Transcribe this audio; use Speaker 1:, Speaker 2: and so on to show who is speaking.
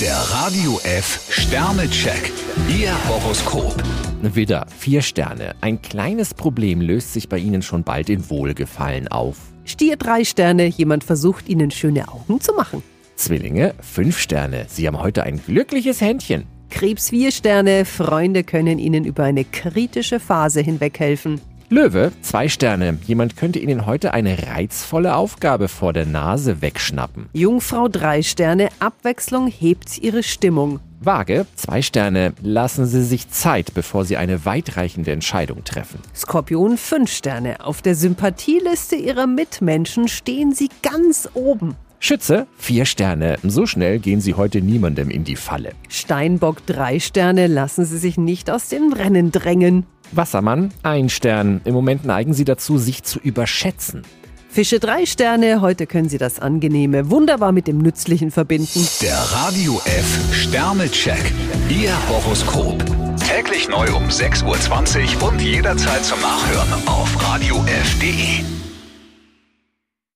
Speaker 1: Der Radio F Sternecheck. Ihr Horoskop.
Speaker 2: Widder, vier Sterne. Ein kleines Problem löst sich bei Ihnen schon bald in Wohlgefallen auf.
Speaker 3: Stier drei Sterne, jemand versucht Ihnen schöne Augen zu machen.
Speaker 2: Zwillinge, fünf Sterne. Sie haben heute ein glückliches Händchen.
Speaker 3: Krebs vier Sterne, Freunde können Ihnen über eine kritische Phase hinweg helfen.
Speaker 2: Löwe, zwei Sterne. Jemand könnte Ihnen heute eine reizvolle Aufgabe vor der Nase wegschnappen.
Speaker 3: Jungfrau drei Sterne, Abwechslung hebt Ihre Stimmung.
Speaker 2: Waage, zwei Sterne. Lassen Sie sich Zeit, bevor Sie eine weitreichende Entscheidung treffen.
Speaker 3: Skorpion fünf Sterne, auf der Sympathieliste Ihrer Mitmenschen stehen Sie ganz oben.
Speaker 2: Schütze, vier Sterne. So schnell gehen Sie heute niemandem in die Falle.
Speaker 3: Steinbock drei Sterne, lassen Sie sich nicht aus dem Rennen drängen.
Speaker 2: Wassermann, ein Stern. Im Moment neigen Sie dazu, sich zu überschätzen.
Speaker 3: Fische drei Sterne, heute können Sie das Angenehme wunderbar mit dem Nützlichen verbinden.
Speaker 1: Der Radio F Sternecheck. Ihr Horoskop. Täglich neu um 6.20 Uhr und jederzeit zum Nachhören auf Radio radiof.de.